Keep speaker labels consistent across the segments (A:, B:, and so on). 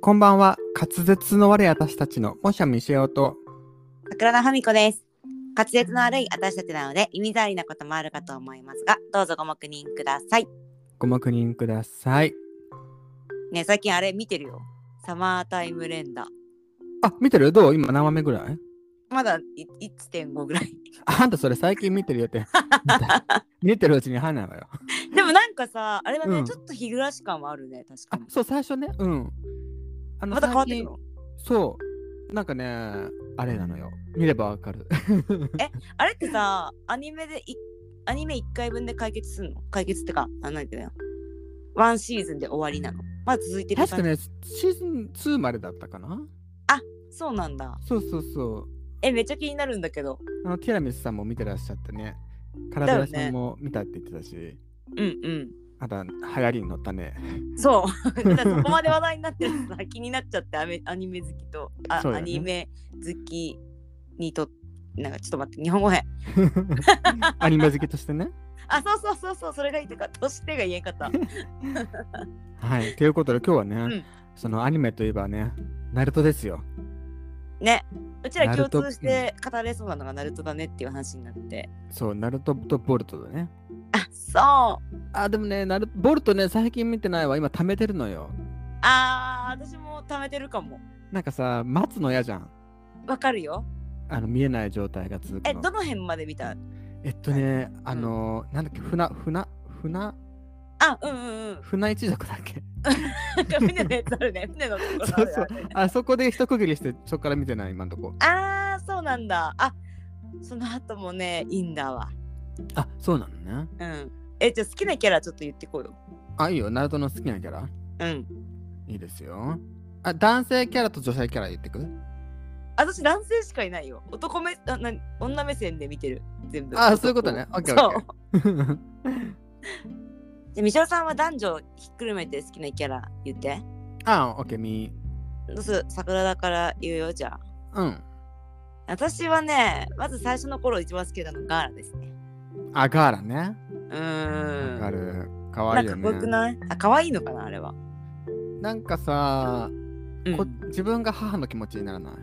A: こんばんは。滑舌の悪い私たちのもしゃみしようと。
B: 桜田文子です。滑舌の悪い私たちなので耳障りなこともあるかと思いますが、どうぞご黙認ください。
A: ご黙認ください。
B: ねえ最近あれ見てるよ。サマータイム連打。
A: あ、見てるどう今何話目ぐらい
B: まだい1.5ぐらい。
A: ああんたそれ最近見てるよって。 見てるうちに入んないわよ。
B: でもなんかさ、あれはね、
A: うん
B: ちょっと日暮らし感はあるね、確か
A: あ
B: に、。
A: そう、最初ね。うん。あの
B: また変わってく
A: 最
B: の
A: 近そう。なんかね、あれなのよ。見ればわかる。
B: あれってさ、アニメでいアニメ1回分で解決するの解決ってか、あなんていうのワンシーズンで終わりなの。まだ続いてる感
A: 確か
B: じ
A: ね、シーズン2までだったかな
B: そうなんだ。
A: そうそうそう。
B: え、めっちゃ気になるんだけど。
A: あの、ティラミスさんも見てらっしゃってね。カラデラさんも見たって言ってたし。
B: うんうん。
A: あとは流行りに乗ったね。
B: そう。だからそこまで話題になってるとさ、気になっちゃってアメアニメ好きとあ、
A: そうだ
B: ア
A: よね
B: ニメ好きにとなんかちょっと待って、日本語編。
A: アニメ好きとしてね。
B: あ、そうそうそうそう、それがいいとか、としてが言 え方。
A: はい。ということで今日はね、
B: ん
A: そのアニメといえばね、ナルトですよ。
B: ね。うちら
A: ナル
B: 共
A: ト
B: 通して語れそうなのがナルトだねっていう話になって。
A: そう、ナルトとボルトだね。
B: あ、そう。
A: あ、でもね、ナルボルトね、最近見てないわ。今貯めてるのよ。
B: あー、私も貯めてるかも。
A: なんかさ、待つの嫌じゃん。
B: わかるよ。
A: あの見えない状態が続くの。
B: え、どの辺まで見た
A: えっとね、あのー、なんだっけ、船、船、船、
B: あ、うんうんうん。
A: 船一族だっけ。
B: なんか船のやつあるね。船のところ あ
A: そう
B: る
A: そ
B: あ
A: う
B: る。
A: あそこで一区切りして、そこから見てない、今んとこ。
B: あー、そうなんだ。あ、その後もね、いいんだわ。
A: あ、そうなのね。
B: うん。え、じゃあ好きなキャラちょっと言ってこうよ。
A: あ、いいよ、ナルトの好きなキャラ。
B: うん。
A: いいですよ。あ、男性キャラと女性キャラ言ってく
B: 私男性しかいないよ。男目、あな女目線で見てる。全部。
A: あ、そういうことね。オッケ
B: そ
A: ー
B: う
A: オッケ。 ー。
B: じゃあミシェルさんは男女ひっくるめて好きなキャラ言って。
A: あ、オッケー、み
B: どうする桜田から言うよ、じゃあ。
A: ー。うん。
B: 私はね、まず最初の頃一番好きなのガーラですね。
A: あ、ガーラね。
B: う
A: わ
B: ー
A: か
B: ん。
A: る。かわ
B: ないん
A: いよ
B: かかっこよく
A: ね。
B: ないあ、可愛いのかなあれは。
A: なんかさ、
B: うん
A: こ自分が母の気持ちにならない。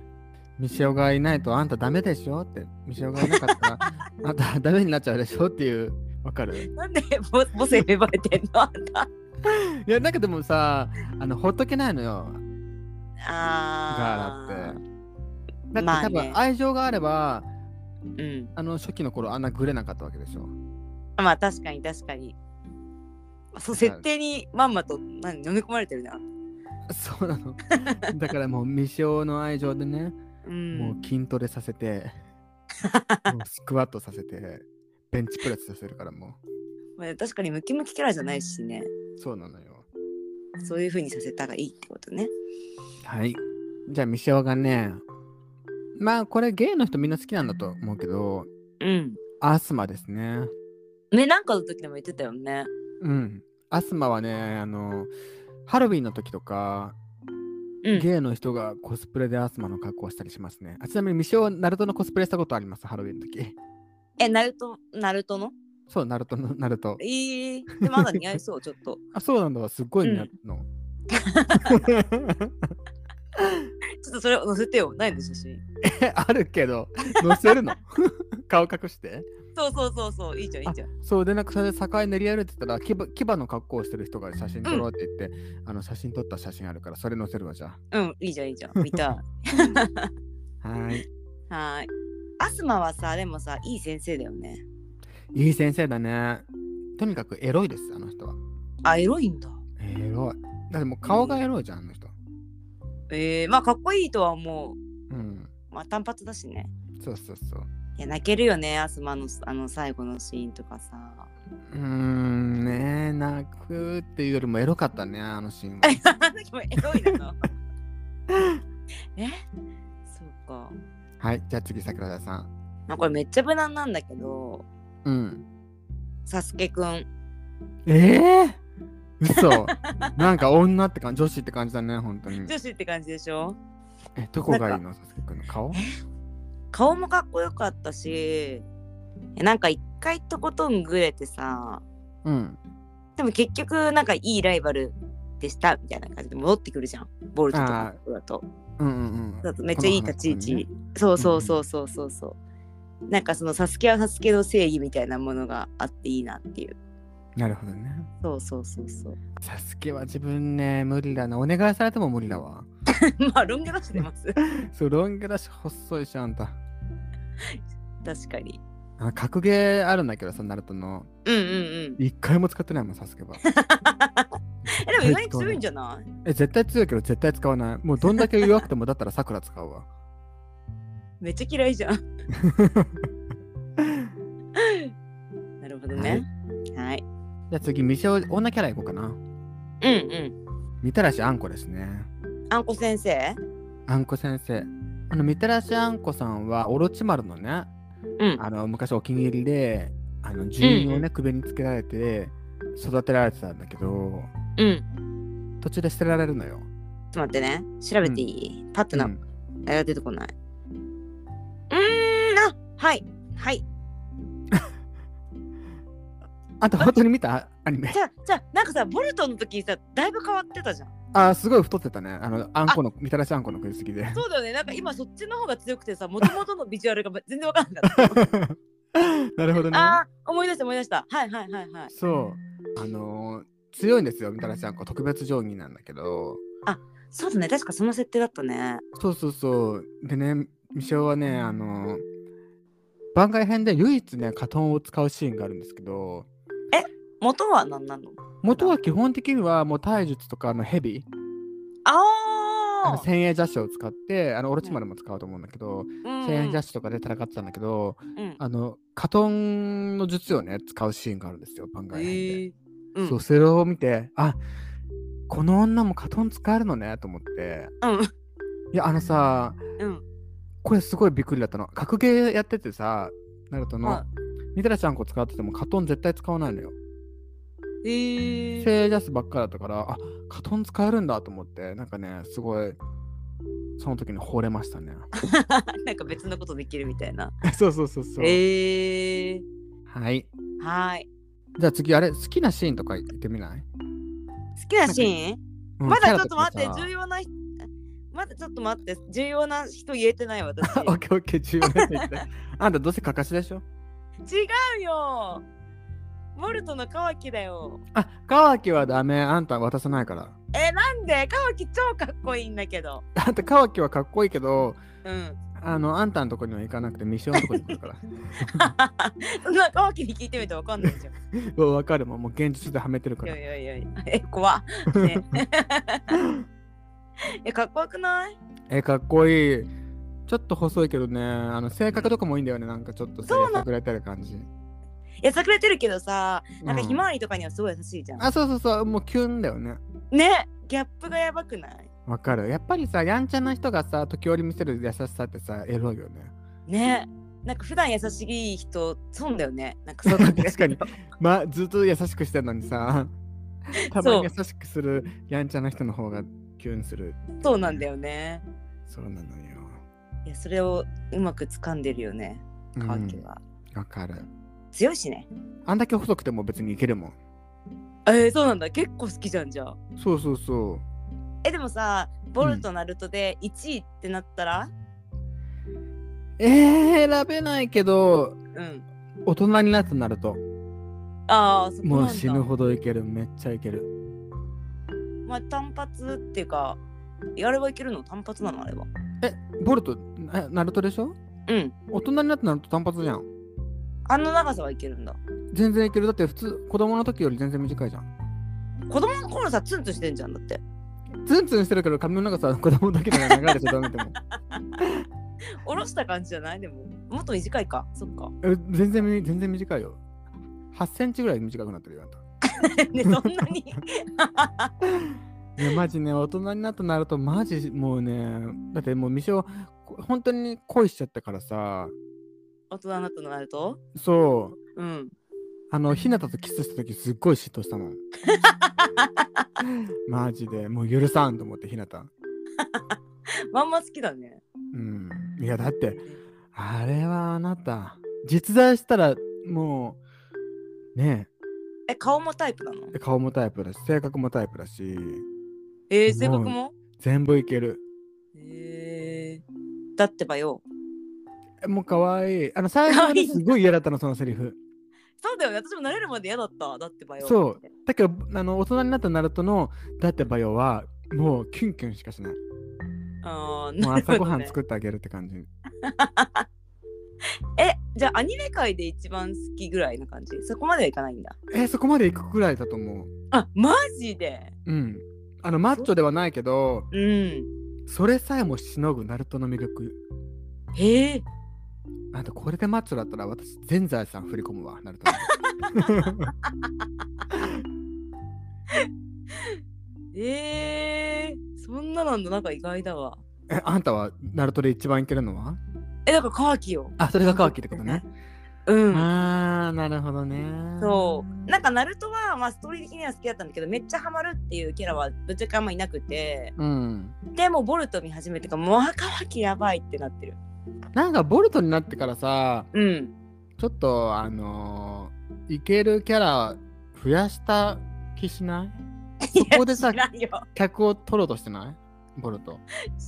A: ミシオがいないとあんたダメでしょって。ミシオがいなか ったらあんたダメになっちゃうでしょっていう。わかる
B: なんでボ母性芽生えてんのあんた。
A: いや、なんかでもさ、あの、ほっとけないのよ。ガ
B: あ
A: ー
B: ー。
A: ラって。だっ
B: ま
A: て多
B: あね
A: 分愛情があれば、
B: うん。
A: あの初期の頃あんなグレなかったわけでしょ。
B: まあ確かに確かに。そう設定にまんまと何飲み込まれてるな。
A: そうな の。だからもう未生の愛情でね、
B: うん。
A: もう筋トレさせて、もうスクワットさせて、ベンチプレスさせるからも
B: まあ確かにムキムキキャラじゃないしね。
A: う。そうなのよ。
B: そういう風にさせたらいいってことね。
A: はい。じゃあ、ミシオがね、まあこれゲイの人みんな好きなんだと思うけど、
B: うん。
A: アスマですね。
B: ねなんかの時でも言ってたよね。
A: うん。アスマはね、あの、ハロウィンの時とか、
B: うん。
A: ゲイの人がコスプレでアスマの格好をしたりしますね。あちなみにミシオはナルトのコスプレしたことあります、ハロウィンの時。
B: え、ナルト、ナルトの
A: そう、ナルトの、ナルト。
B: えー、でまだ似合いそう、ちょっと。
A: あ、そうなんだ。すっごい似合うの。
B: ちょっとそれを載せてよ。ないの写真。
A: え あるけど、載せるの 顔隠して。
B: そうそうそうそう。いいじゃん、いいじゃん。
A: そうで、なんかそれで境練り歩いてたら、牙牙の格好をしてる人が写真撮ろうって言って、あの写真撮った写真あるから、それ載せるわ、じゃ
B: うん、いいじゃん、いいじゃん。見 たい。
A: あ。はーい。
B: はーい。アスマはさ、でもさ、いい先生だよね。
A: いい先生だね。とにかくエロいです、あの人は。
B: あ、エロいんだ。
A: エロい。だってもう顔がエロいじゃん、あの人。
B: えー、まあ、かっこいいとは思
A: う
B: う。
A: ん。
B: まあ、単発だしね。
A: そうそうそう。
B: いや、泣けるよね、アスマのあの最後のシーンとかさ。
A: うーん、ねえ、泣くっていうよりもエロかったね、あのシ ーンは。
B: あの時もエロいなの。 えそうか。
A: はい、じゃあ次、桜田さん。
B: まあ、これめっちゃ無難なんだけど、
A: うん。
B: サスケくん。
A: ええ嘘なんか女って感じ女子って感じだね本当に
B: 女子って感じでしょ
A: えどこがいいの佐々木くんの顔
B: 顔もかっこよかったし、えなんか一回とことんぐれてさ、
A: うん
B: でも結局なんかいいライバルでしたみたいな感じで戻ってくるじゃんボルトとかだと
A: うんうん
B: だとめっちゃいい立ち位置、
A: こ
B: そうそうそうそうそうそう、なんかそのサスケはサスケの正義みたいなものがあっていいなっていう
A: うん。なるほどね。
B: そうそうそうそう
A: サスケは自分ね、無理だな。お願いされても無理だわ。
B: まあロン毛出してます
A: そう、ロン毛だし、細いし、あんた。
B: 確かに
A: あ格ゲーあるんだけどさ、ナルトの。
B: うんうんうん
A: 一回も使ってないもん、サスケは。
B: えでも意外に強いんじゃない
A: え、絶対強いけど、絶対使わない。もうどんだけ弱くても、だったらさくら使うわ。
B: めっちゃ嫌いじゃ んなるほどねはい、
A: じゃあ次、ミシェオ、女キャラいこうかな。
B: うんうん
A: みたらしあんこですね。
B: あんこ先生
A: あんこ先生。あの、みたらしあんこさんは、オロチマルのね、
B: うん
A: あの、昔お気に入りで、あの、住民を
B: うんう
A: ね、首につけられて、育てられてたんだけど、
B: うん
A: 途中で捨てられるのよ。
B: ちょっと待ってね。調べていい、パッとな、
A: う
B: あ
A: ん
B: れが出てこない。うーん、あはい。はい。
A: あんた、本当に見たアニメ
B: じ。ゃあ、じゃあ、なんかさ、ボルトの時さ、だいぶ変わってたじゃん。
A: あーすごい太ってたね。あの、あんこの、みたらしあんこの食いすぎで。
B: そうだよね。なんか今そっちの方が強くてさ、もともとのビジュアルが全然わかんな かった。
A: なるほどね。
B: ああ、思い出した思い出した。はいはいはいはい。
A: そう。あのー強いんですよ、みたらしあんこ。特別定規なんだけど。
B: そうだね。確かその設定だったね。
A: そうそうそう。でね、ミシェオはね、あのー番外編で唯一ね、カトンを使うシーンがあるんですけど、
B: 元は何なの
A: 元は基本的にはもう体術とかあの蛇、あの
B: ああ
A: 千円雑誌を使って、あのオロチマルも使うと思うんだけど、千円雑誌とかで戦ってたんだけど、
B: うん
A: あの、カトンの術をね、使うシーンがあるんですよ、番
B: うん
A: 外
B: へ
A: 編で。
B: ーうん
A: そうそれを見てあこの女もカトン使えるのねと思っていやあのさ
B: うんうん
A: これすごいびっくりだったの格ゲーやっててさナルトの、
B: は
A: みたらちゃんこ使っててもカトン絶対使わないのよ
B: いへえ
A: セージャスばっかだったからあカトン使えるんだと思ってなんかねすごいその時に惚れましたね
B: なんか別のことできるみたいな
A: そうそうそうそう、
B: へえ
A: はい
B: はい
A: じゃあ次あれ好きなシーンとか言ってみない、
B: 好きなシーン
A: うん
B: ま
A: キャ
B: だ
A: ラ
B: ちょっと待って
A: かさ
B: 重要なまだちょっと待って重要な人言えてない私
A: オッケ ーオッケー重要な人言ってあんたどうせかかしでしょ
B: 違うよモルトのカワキだよ
A: あカワキはダメあんた渡さないから
B: えなんでカワキ超かっこいいんだけど
A: あんたカワキはかっこいいけど
B: うん
A: あのあんたのとこには行かなくてミッションのとこに行くから
B: そんなカワキに聞いてみてわかんないじゃん
A: うわわかるもんもう現実ではめてるか
B: い
A: ら
B: やいやいやいやえ怖っ、ね、 えかっこよくない
A: えかっこいいちょっと細いけどねあの性格とかもいいんだよねなんかちょっとさ
B: そう
A: や
B: な
A: さくれてる感じ
B: いやさくれてるけどさなんか
A: うん
B: ひまわりとかにはすごい優しいじゃん、
A: あそうそうそうもうキュンだよね
B: ねギャップがやばくない
A: わかるやっぱりさやんちゃな人がさ時折見せる優しさってさエロいよね
B: ねなんか普段優しい人損だよねなんか
A: 確かにまあずっと優しくしてんのにさたまに優しくするやんちゃな人の方がキュンする
B: そうなんだよね
A: そうなのよ
B: いやそれをうまく掴んでるよね
A: うん
B: カワキは、
A: わかる
B: 強いしね
A: あんだけ細くても別にいけるもん。
B: えー、そうなんだ結構好きじゃんじゃあ
A: そうそうそ
B: えでもさボルトナルトで1位ってなった
A: う。
B: ら
A: えー、選べないけど、
B: うん、
A: 大人になってなると、
B: ああそこなん
A: も
B: だ
A: う死ぬほどいける、めっちゃいける。
B: まあ単発っていうかあれはいけるの単発なのあれは
A: え、ボルト、なナルトでしょ
B: うん
A: 大人になってなると単発じゃん。
B: あの長さはいけるんだ
A: 全然いける。だって普通、子供の時より全然短いじゃん。
B: 子供の頃さツンツンしてんじゃんだって
A: ツンツンしてるけど髪の長さは子供の時の方が長いでしょ、ダメでも。
B: 下ろした感じじゃないでももっと短いかそっか
A: え全然み、全然短いよ。8センチぐらい短くなってるよ、あんた。
B: ねそんな に
A: いやマジね大人になったなるとマジもうねだってもう未生本当に恋しちゃったからさ
B: 大人になったのなると
A: そう
B: うん
A: あの日向とキスした時すっごい嫉妬したもん マジでもう許さんと思って日向
B: まんま好きだね
A: うんいやだってあれはあなた実在したらもうね
B: え顔もタイプなの
A: え顔もタイプだし性格もタイプだし
B: えー、
A: す
B: 性
A: ごい
B: 格も
A: 全部いける。
B: えー、だってばよ。
A: えもう可愛い。あの、最初はね
B: 可愛い
A: すごい嫌だったの、そのセリフ。
B: そうだよね、私も慣れるまで嫌だった。だってばよ。
A: そう。だけど、あの、大人になったナルトの、だってバイオは、もうキュンキュンしかしない。
B: あ
A: もう
B: ーなる
A: 朝
B: ほ
A: ご
B: ど
A: はん
B: ね
A: 作ってあげるって感じ。
B: え、じゃあアニメ界で一番好きぐらいな感じそこまではいかないんだ。
A: え、そこまで行くくらいだと思う。
B: あ、マジで
A: うん。あの、マッチョではないけど、
B: うん。
A: それさえもしのぐナルトの魅力。
B: へえ
A: あと、これでマッチョだったら、私、全財産振り込むわ、ナルト に。
B: えー、そんななんだ、なんか意外だわ。
A: え、あんたは、ナルトで一番いけるのは
B: え、だからカーキよ。
A: あ、それがカーキってことね。
B: うん。
A: あー、なるほどね。
B: そう。なんか、ナルトは、まあ、ストーリー的には好きだったんだけど、めっちゃハマるっていうキャラは、ぶっちゃけあんまいなくて、
A: うん。
B: でも、ボルト見始めてから、もう、あカーキやばいってなってる。
A: なんか、ボルトになってからさ、
B: うん。
A: ちょっと、あのー、いけるキャラ増やした気し ないそこでさ
B: 知、らんよ。
A: 客を取ろうとしてないボルト。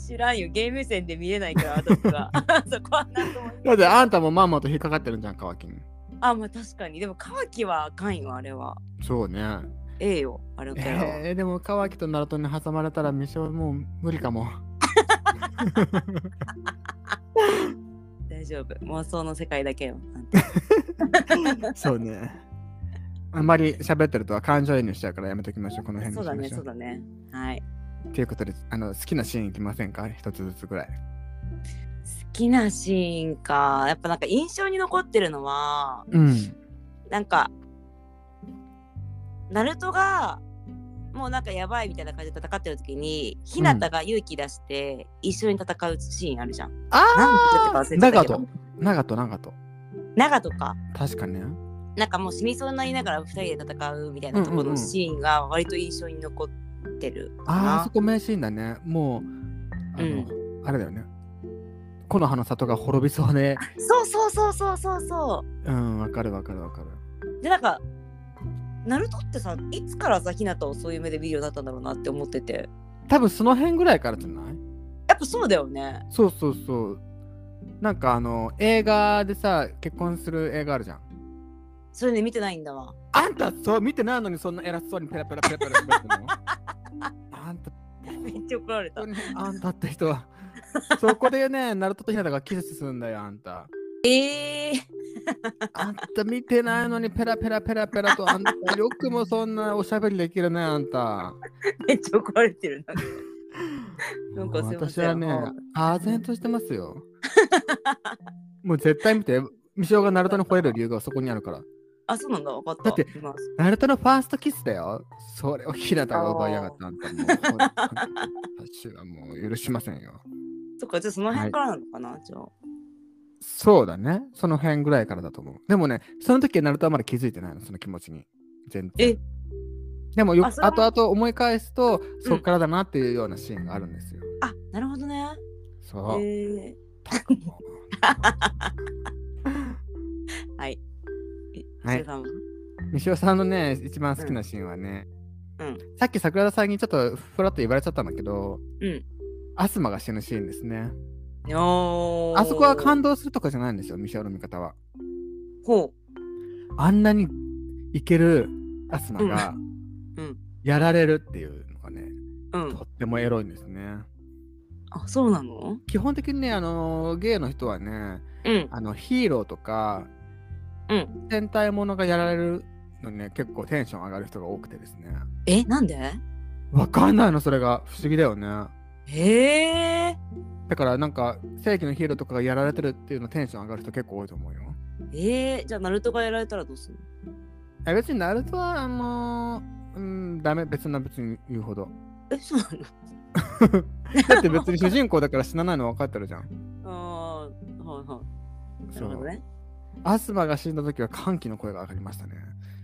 B: 知らんよ。ゲーム目線で見れないから、私は。 そこはなんとも言えな い
A: だって、あんたもまんまと引っかかってるじゃん、カワキに。
B: あ、まあ確かに。でも、乾きはあかんよ、あれは。
A: そうね。
B: ええよ、あれからは。
A: えー、でも、カワキとナルトに挟まれたら、ミショもう無理かも。
B: 大丈夫。妄想の世界だけよ。あんた
A: そうね。あんまり喋ってるとは感情移入しちゃうからやめときましょう、この辺
B: そ
A: に
B: う
A: しましょ
B: だ
A: う。
B: ね、そうだね。はい。
A: ということで、あの好きなシーンいきませんか一つずつぐらい。
B: 好きなシーンか。やっぱなんか印象に残ってるのは、
A: うん。
B: なんか、ナルトが、もうなんかやばいみたいな感じで戦ってる時に、ひなたが勇気出して一緒に戦うシーンあるじゃん。
A: あ
B: 何言っちゃったか忘れちゃった
A: 長
B: けど
A: 門。。長門、長門。
B: 長とか。
A: 確かにね。
B: なんかもう死にそうになりながら2人で戦うみたいなところ
A: うんうんうん
B: のシーンが割と印象に残ってるか
A: ああ、
B: な
A: そ。こ名シーンだね。もう、あの、あれだよね。木の葉の里が滅びそうで。
B: そうそうそうそうそうそ
A: うん、わかるわかるわかる。
B: う。でなんかナルトってさいつからさひなたをそういう目で見るようになったんだろうなって思ってて
A: 多分その辺ぐらいからじゃない
B: やっぱそうだよね。
A: そうそうそう。なんかあの、映画でさ、結婚する映画あるじゃん。
B: それね見てないんだわ。
A: あんたそう見てないのにそんな偉そうにペラペラペラペラペラペラあんた
B: めっちゃ怒られた
A: 本当。にあんたって人はそこでねナルトとヒナタがキスするんだよあんた
B: えー、
A: あんた見てないのにペラペラペラペラとあんたよくもそんなおしゃべりできるねあんた
B: めっちゃ怒られてる。なんかなん
A: もう
B: かすいま
A: 私
B: せん
A: はね
B: はい
A: あぜんとしてますよもう絶対見てミシオがナルトに吠える理由がそこにあるから
B: あそうなんだ分かった。
A: だって
B: 見ます
A: ナルトのファーストキスだよそれをヒナタが奪いやがったあんたもう私はもう許しませんよ
B: そっかじゃあその辺からなのかな、じゃあ。
A: そうだね。その辺ぐらいからだと思う。でもね、その時はナルトはまだ気づいてないの、その気持ちに。全然。
B: え
A: でもよ
B: あ
A: く、
B: それは
A: 後々思い返すと、そっからだなっていうようなシーンがあるんですよ。
B: あなるほどね。
A: そう。
B: え
A: たくも
B: ー、はい。
A: は
B: はい
A: い。。西尾さんのね、一番好きなシーンはね、
B: うん
A: さっき桜田さんにちょっとふらっと言われちゃったんだけど、
B: うん
A: アスマが死ぬシーンですね。
B: おー
A: あそこは感動するとかじゃないんですよ、西尾の見方は。
B: ほ
A: あんなにいけるアスマが、
B: うんうん
A: やられるっていうのがね、
B: う。うん
A: と。ってもエロいんですね。
B: あそうなの
A: 基本的にね、あのゲイの人はね、
B: うん。
A: あのヒーローとか、
B: うん
A: 戦隊ものがやられるのにね、結構テンション上がる人が多くてですね。
B: え、なんで
A: わかんないの、それが。不思議だよね。
B: へえ。
A: だからなんか、正規のヒーローとかがやられてるっていうのテンション上がる人結構多いと思うよ。
B: えー、じゃあ、ナルトがやられたらどうする
A: え別にナルトは、あのーうん、ダメ、別な別に言うほど。
B: のえ、そうな
A: だって別に主人公だから死なないの分かってるじゃ ん。
B: のああ、はいはい。な
A: そ
B: るほど
A: う。
B: ね。
A: アスマが死んだ時は歓喜の声が上がりましたね。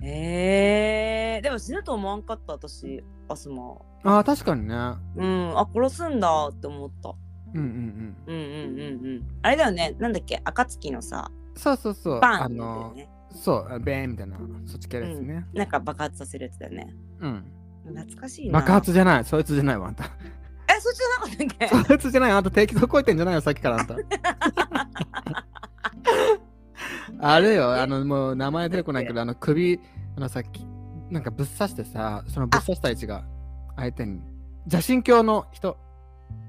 B: へえー。でも死ぬと思わんかった、私、アスマ。
A: ああ、確かにね。
B: うん、あ、殺すんだって思った。
A: うんうんうん。
B: うんうんうんうん。あれだよね、なんだっけ、暁のさ、
A: そうそうそう。
B: バ
A: あ
B: ンだよ
A: の、
B: ね。
A: そう、あベーンみたいな、そっち系ですね。
B: なんか爆発させるやつだよね。
A: うん。
B: 懐かしいな。
A: 爆発じゃないそいつじゃないわあんた
B: え、そっちじゃなかったっけ
A: そいつじゃないよあんた適当こいてんじゃないよさっきからあんたあれよあのもう名前出てこないけどあの首あのさっきなんかぶっ刺してさそのぶっ刺した位置が相手に邪神教の人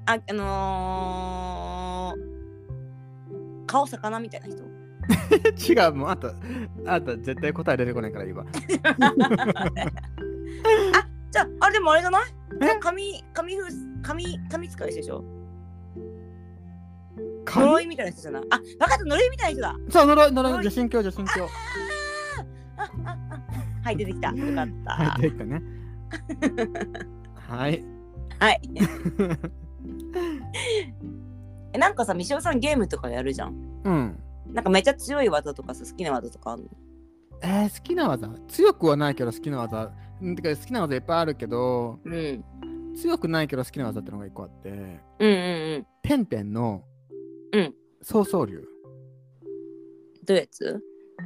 B: あ、あのー、顔魚みたいな人。
A: 違うもうあんたあんた絶対答え出てこないからいいわ
B: じゃあ、あれでもあれじゃない
A: え
B: じゃあ紙、紙風、紙、紙使う人でしょ呪
A: 神
B: いみたいな人じゃないあ、分かった、呪いみたいな人だ。
A: そう呪い呪い
B: 呪い
A: 邪神教邪神教
B: あああはい、出てきた。よかった。
A: はい出てきたねはい
B: はい。え、なんかさ、みしおさんゲームとかやるじゃん。
A: うん
B: なんかめっちゃ強い技とかさ、好きな技とかあるの
A: えー、好きな技強くはないけど好きな技んてか好きな技いっぱいあるけど
B: うん。うん
A: 強くないけど好きな技ってのが一個あって
B: うんうん。
A: てんてんの
B: うん
A: 曹操流
B: どういうやつ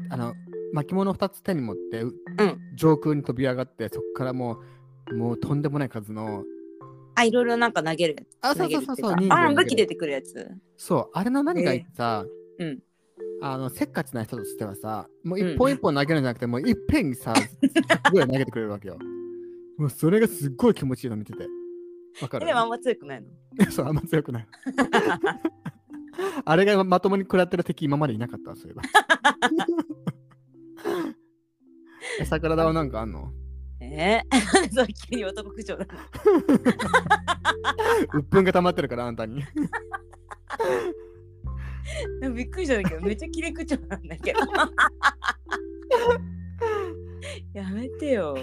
A: あの巻物2つ手に持って、うん上空に飛び上がってそこからもうもうとんでもない数の
B: あ、いろいろなんか投げるや
A: あ
B: つ。
A: そう
B: 投げ
A: そう
B: る
A: そう
B: って
A: そう
B: いか
A: 人数
B: あ、
A: 投げる
B: 武器出てくるやつ。
A: そうあれの何がいいってさ、
B: えーうん
A: あのせっかちな人としてはさもう
B: うん
A: 一本一本投げるんじゃなくて、もういっぺんに さすごい投げてくれるわけよもうそれがすっごい気持ちいいの見ててわか
B: え
A: る
B: でもあんま強くないの。
A: そう、あんま強くない。あれがまともに食らってる敵、今までいなかったわ、そういえば。 え桜田はなんかあんの
B: え ー、なんでそう急に男口調なの
A: 鬱憤が溜まってるから、あんたに。
B: でもびっくりしたんだけ ど、めっちゃ切れ口調なんだけど。 やめて よ。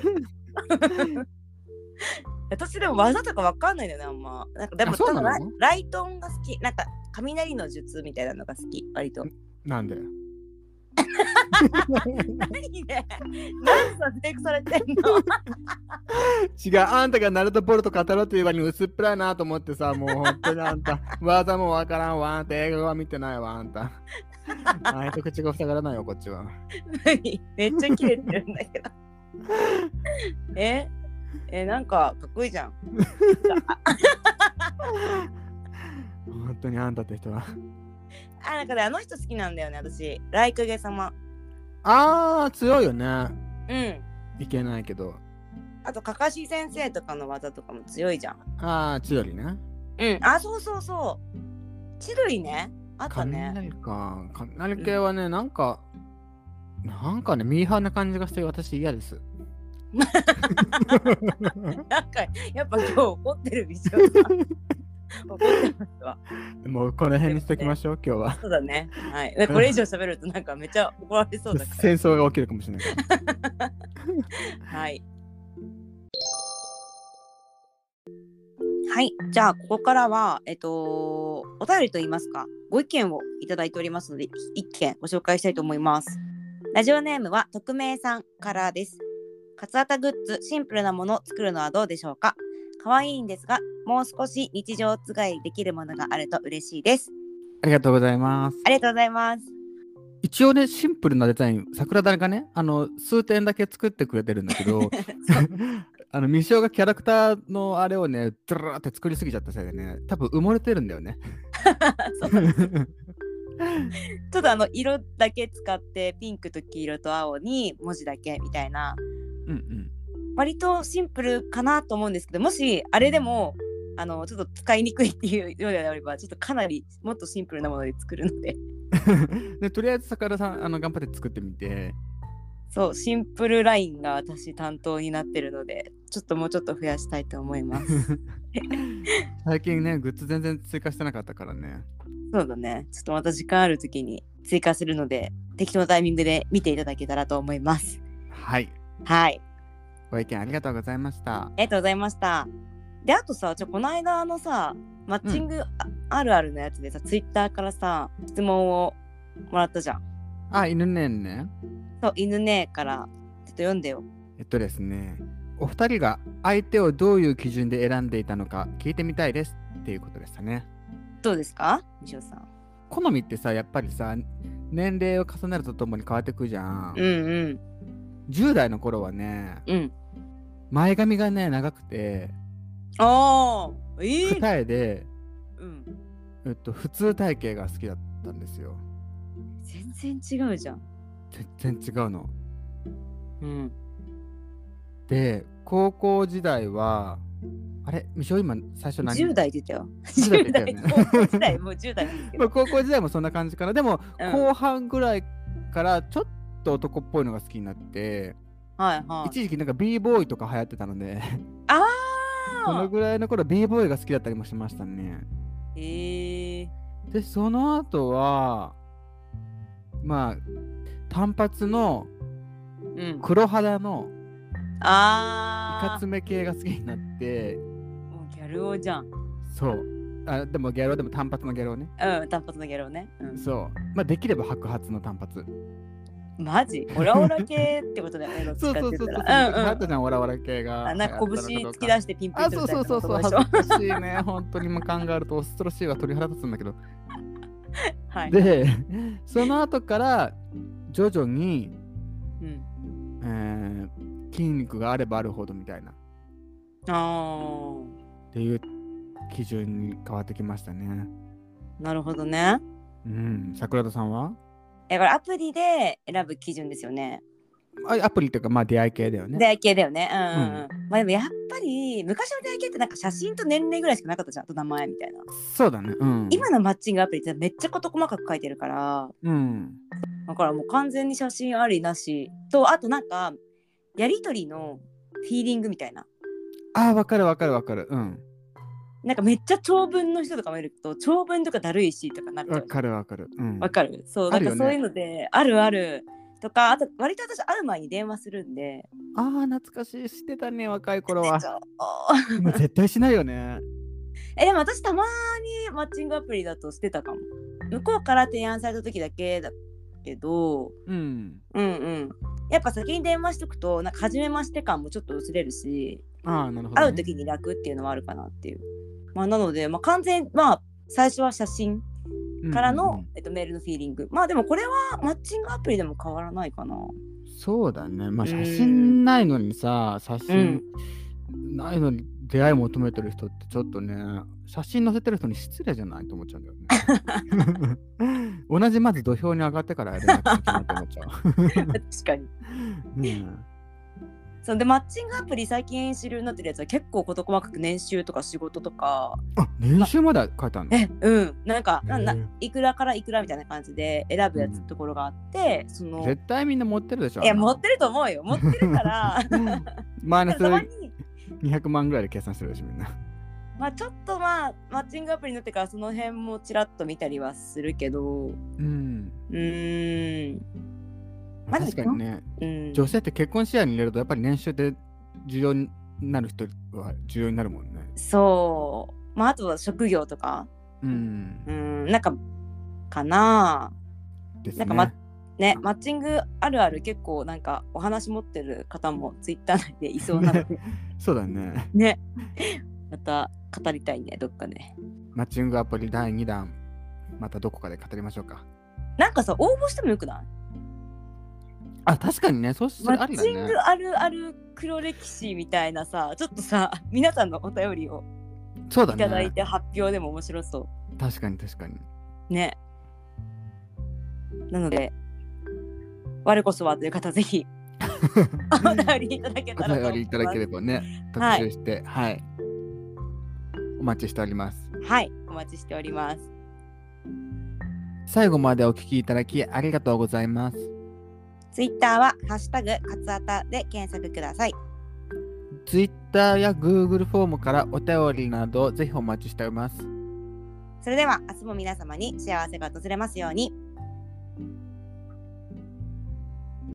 B: 私でも技とかわかんないんだよね、あんま。なんかでも
A: あそうなの
B: ライライトオンが好き。なんか雷の術みたいなのが好き、割と。
A: なんで
B: 何ね。何さ、フェイクされてん の
A: 違う、あんたがナルトボルト語るという場に薄っぺらいなと思ってさ、もう本当にあんた、技もわからんわ、あんた映画は見てないわ、あんた。あいつ口が塞がらないよ、こっちは。
B: めっちゃ切れてるんだ けど。ええ、なんかかっこいいじゃん。
A: 本当にあんたって人は。
B: あ、なんかね、あの人好きなんだよね、私。ライカゲ様。
A: あー、強いよね。
B: うん。
A: いけないけど。
B: あと、かかし先生とかの技とかも強いじゃん。
A: あー、千鳥ね。
B: うん。あ、そうそうそう。千鳥ね。あったね。
A: 雷か。雷系はね、なんか、なんかね、ミーハーな感じがして私嫌です。
B: なんか、やっぱ今日怒ってる美 女さん。怒ってますわ。
A: もうこの辺にしときましょう、今日は。
B: そうだね。はい。でこれ以上喋るとなんかめっちゃ怒られそうだから。
A: 戦争が起きるかもしれないから。
B: はい。はい。じゃあ、ここからは、えっと、お便りといいますか、ご意見をいただいておりますので、一件ご紹介したいと思います。ラジオネームは、匿名さんからです。カツアタグッズ、シンプルなものを作るのはどうでしょうか可愛いんですが、もう少し日常使いできるものがあると嬉しいです。
A: ありがとうございます。
B: ありがとうございます。
A: 一応ね、シンプルなデザイン、桜田がね、あの、数点だけ作ってくれてるんだけ ど、あの、ミシオがキャラクターのあれをね、ドラーって作りすぎちゃったせいでね、多分埋もれてるんだよ ね。
B: ちょっとあの色だけ使ってピンクと黄色と青に文字だけみたいな
A: うんうん。
B: 割とシンプルかなと思うんですけどもしあれでもあのちょっと使いにくいっていうようであればちょっとかなりもっとシンプルなもので作るので
A: で、とりあえず桜田さん、あの、頑張って作ってみて、
B: そうシンプルラインが私担当になってるのでちょっともうちょっと増やしたいと思います
A: 最近ね、グッズ全然追加してなかったからね。
B: そうだねちょっとまた時間ある時に追加するので適当なタイミングで見ていただけたらと思います
A: はい。
B: はい
A: ご意見ありがとうございました。
B: ありがとうございました。で、あとさ、ちょ、この間のさ、マッチングあ,、るあるのやつでさ、ツイッターからさ、質問をもらったじゃん。
A: あ、犬ねんね。
B: そう、犬ねえから、ちょっと読んでよ。
A: えっとですね、お二人が相手をどういう基準で選んでいたのか聞いてみたいですっていうことでしたね。
B: どうですか西尾さん。
A: 好みってさ、やっぱりさ、年齢を重ねるとともに変わってくじゃん。
B: うんうん。
A: 10代の頃はね、
B: うん。
A: 前髪がね長くて
B: ああ、ええ
A: 二重で、
B: うん。
A: えっと、普通体型が好きだったんですよ
B: 全然違うじゃん。
A: 全然違うの
B: うん。
A: で高校時代はあれ未生今最初何
B: 10代出たよ。
A: 10代出たよね
B: 10代高校時代もう10代なんです け
A: ま
B: ど
A: あ。高校時代もそんな感じかなでも、
B: うん
A: 後半ぐらいからちょっと男っぽいのが好きになって
B: はいはい。
A: 一時期なんか b ボーイとか流行ってたので
B: あ
A: その
B: あ
A: ぐらいの頃 b ボーイが好きだったりもしましたね
B: ええ
A: でその後はまあ単発の
B: うん。
A: 黒肌のいか
B: あ
A: つめ系が好きになって
B: あ。もうギャル男じゃん。
A: そうあでもギャロでも単発のギャロね
B: うん、単発のギャル男ね。う
A: そうまあできれば白髪の単発
B: ん。マジオラオラ系ってことだよ ね。どっ
A: そ
B: ち
A: う
B: か
A: そ
B: っ
A: う
B: て
A: そうそ
B: 言
A: うそ
B: っ
A: う
B: た
A: あ
B: ら。うんうん
A: ったじゃんわらわら系が
B: あ。なんか拳
A: 流行
B: 突
A: ったの
B: き
A: かどうか
B: 出してピンピン
A: あ、
B: す
A: そ
B: る
A: う
B: タイ
A: そう
B: プ
A: そ
B: の
A: うそう、
B: 男でしょ。
A: 恥ずかしいね。本当にもう感があると恐ろしいわ、鳥肌立つんだけど。
B: はい。
A: で、その後から徐々に、
B: うん。
A: えー筋肉があればあるほどみたいなっ
B: あ
A: ていう基準に変わってきましたね。
B: あ。なるほどね。
A: うん、桜田さんは
B: え、これアプリで選ぶ基準ですよね。
A: あアプリというか、まあ出会い系だよ
B: 出
A: ね。
B: 会い系だよね。うん。まあでもやっぱり昔の出会い系ってなんか写真と年齢ぐらいしかなかったじゃん。あと名前みたいな。
A: そうだね。うん。
B: 今のマッチングアプリってめっちゃ事細かく書いてるから、
A: うん。
B: だからもう完全に写真ありなしと、あとなんかやりとりのフィーリングみたいな。
A: あー、わかるわかるわかる。うん。
B: なんかめっちゃ長文の人とかもいると長文とかだるいしとかなっちゃ
A: わ
B: う。
A: かるわかる。うん。
B: わかるそう、
A: あ
B: なん
A: るよ
B: か
A: ね
B: そういうので、あるあるとか、あと割と私会う前に電話するんで、
A: ああ、懐かしい。してたね、若い頃は
B: ち。ょ
A: 今絶対しないよね。
B: え、でも私たまにマッチングアプリだとしてたかも。向こうから提案された時だけだけど、
A: うん。
B: うんうん。やっぱ先に電話しとくと、なんか初めまして感もちょっと薄れるし、
A: ああ、なるほど、ね。
B: 会う時に楽っていうのはあるかなっていう。まあ、なので、まあ、完全、まあ、最初は写真からの、
A: うんうんうん
B: えっと、メールのフィーリング。まあでもこれはマッチングアプリでも変わらな いかな。
A: そうだね。まあ
B: うん
A: 写真ないのにさ、写真ないのに出会い求めてる人ってちょっとね、写真載せてる人に失礼じゃないと思っちゃうんだよ ね。同じまず土俵に上がってからやるなきゃいけないと思っちゃ
B: 確かに。
A: う。ね
B: そんでマッチングアプリ最近主流になってるやつは結構事細かく年収とか仕事とか
A: えあ年収まで書いてあるの
B: えうんなんかなな
A: へえ
B: いくらからいくらみたいな感じで選ぶやつところがあって、その
A: 絶対みんな持ってるでしょ。
B: いや持ってると思うよ持ってるから
A: マ イナス
B: たまに、
A: 200万ぐらいで計算してるでしょ、みんな。
B: まあ、ちょっとまあマッチングアプリになってからその辺もちらっと見たりはするけどう
A: うん。
B: ーんまあ
A: 確かにね、
B: うん
A: 女性って結婚視野に入れると、やっぱり年収って重要になる人は重要になるもんね。
B: そうまああとは職業とか
A: うん。
B: うんなんかかな
A: です
B: なんかまね、マッチングあるある結構なんかお話持ってる方もツイッター内でいそうな ので
A: そうだね。
B: ねまた語りたいねどっかね
A: マッチングアプリ第2弾、またどこかで語りましょうか。
B: なんかさ応募してもよくない
A: あ、確かにね、そうす
B: マ
A: るあり
B: ッ
A: だ
B: チン
A: ね
B: グ。あるある黒歴史みたいなさちょっとさ皆さんのお便りを
A: そうだ
B: いただい
A: ね。
B: て発表でも面白そ
A: 確かに確かに。
B: うねなので我こそはという方 ぜひお便りいただけ
A: お
B: たらと
A: 便
B: 思
A: り
B: い
A: いただければね、特
B: はい
A: 集して、はい、お待ちしております。
B: ますはいお待ちしております
A: 最後までお聞きいただきありがとうございます。
B: ツイッターはハッシュタグカツアタで検索ください。
A: Twitter や Google フォームからお便りなどぜひお待ちしております。
B: それでは明日も皆様に幸せが訪れますように。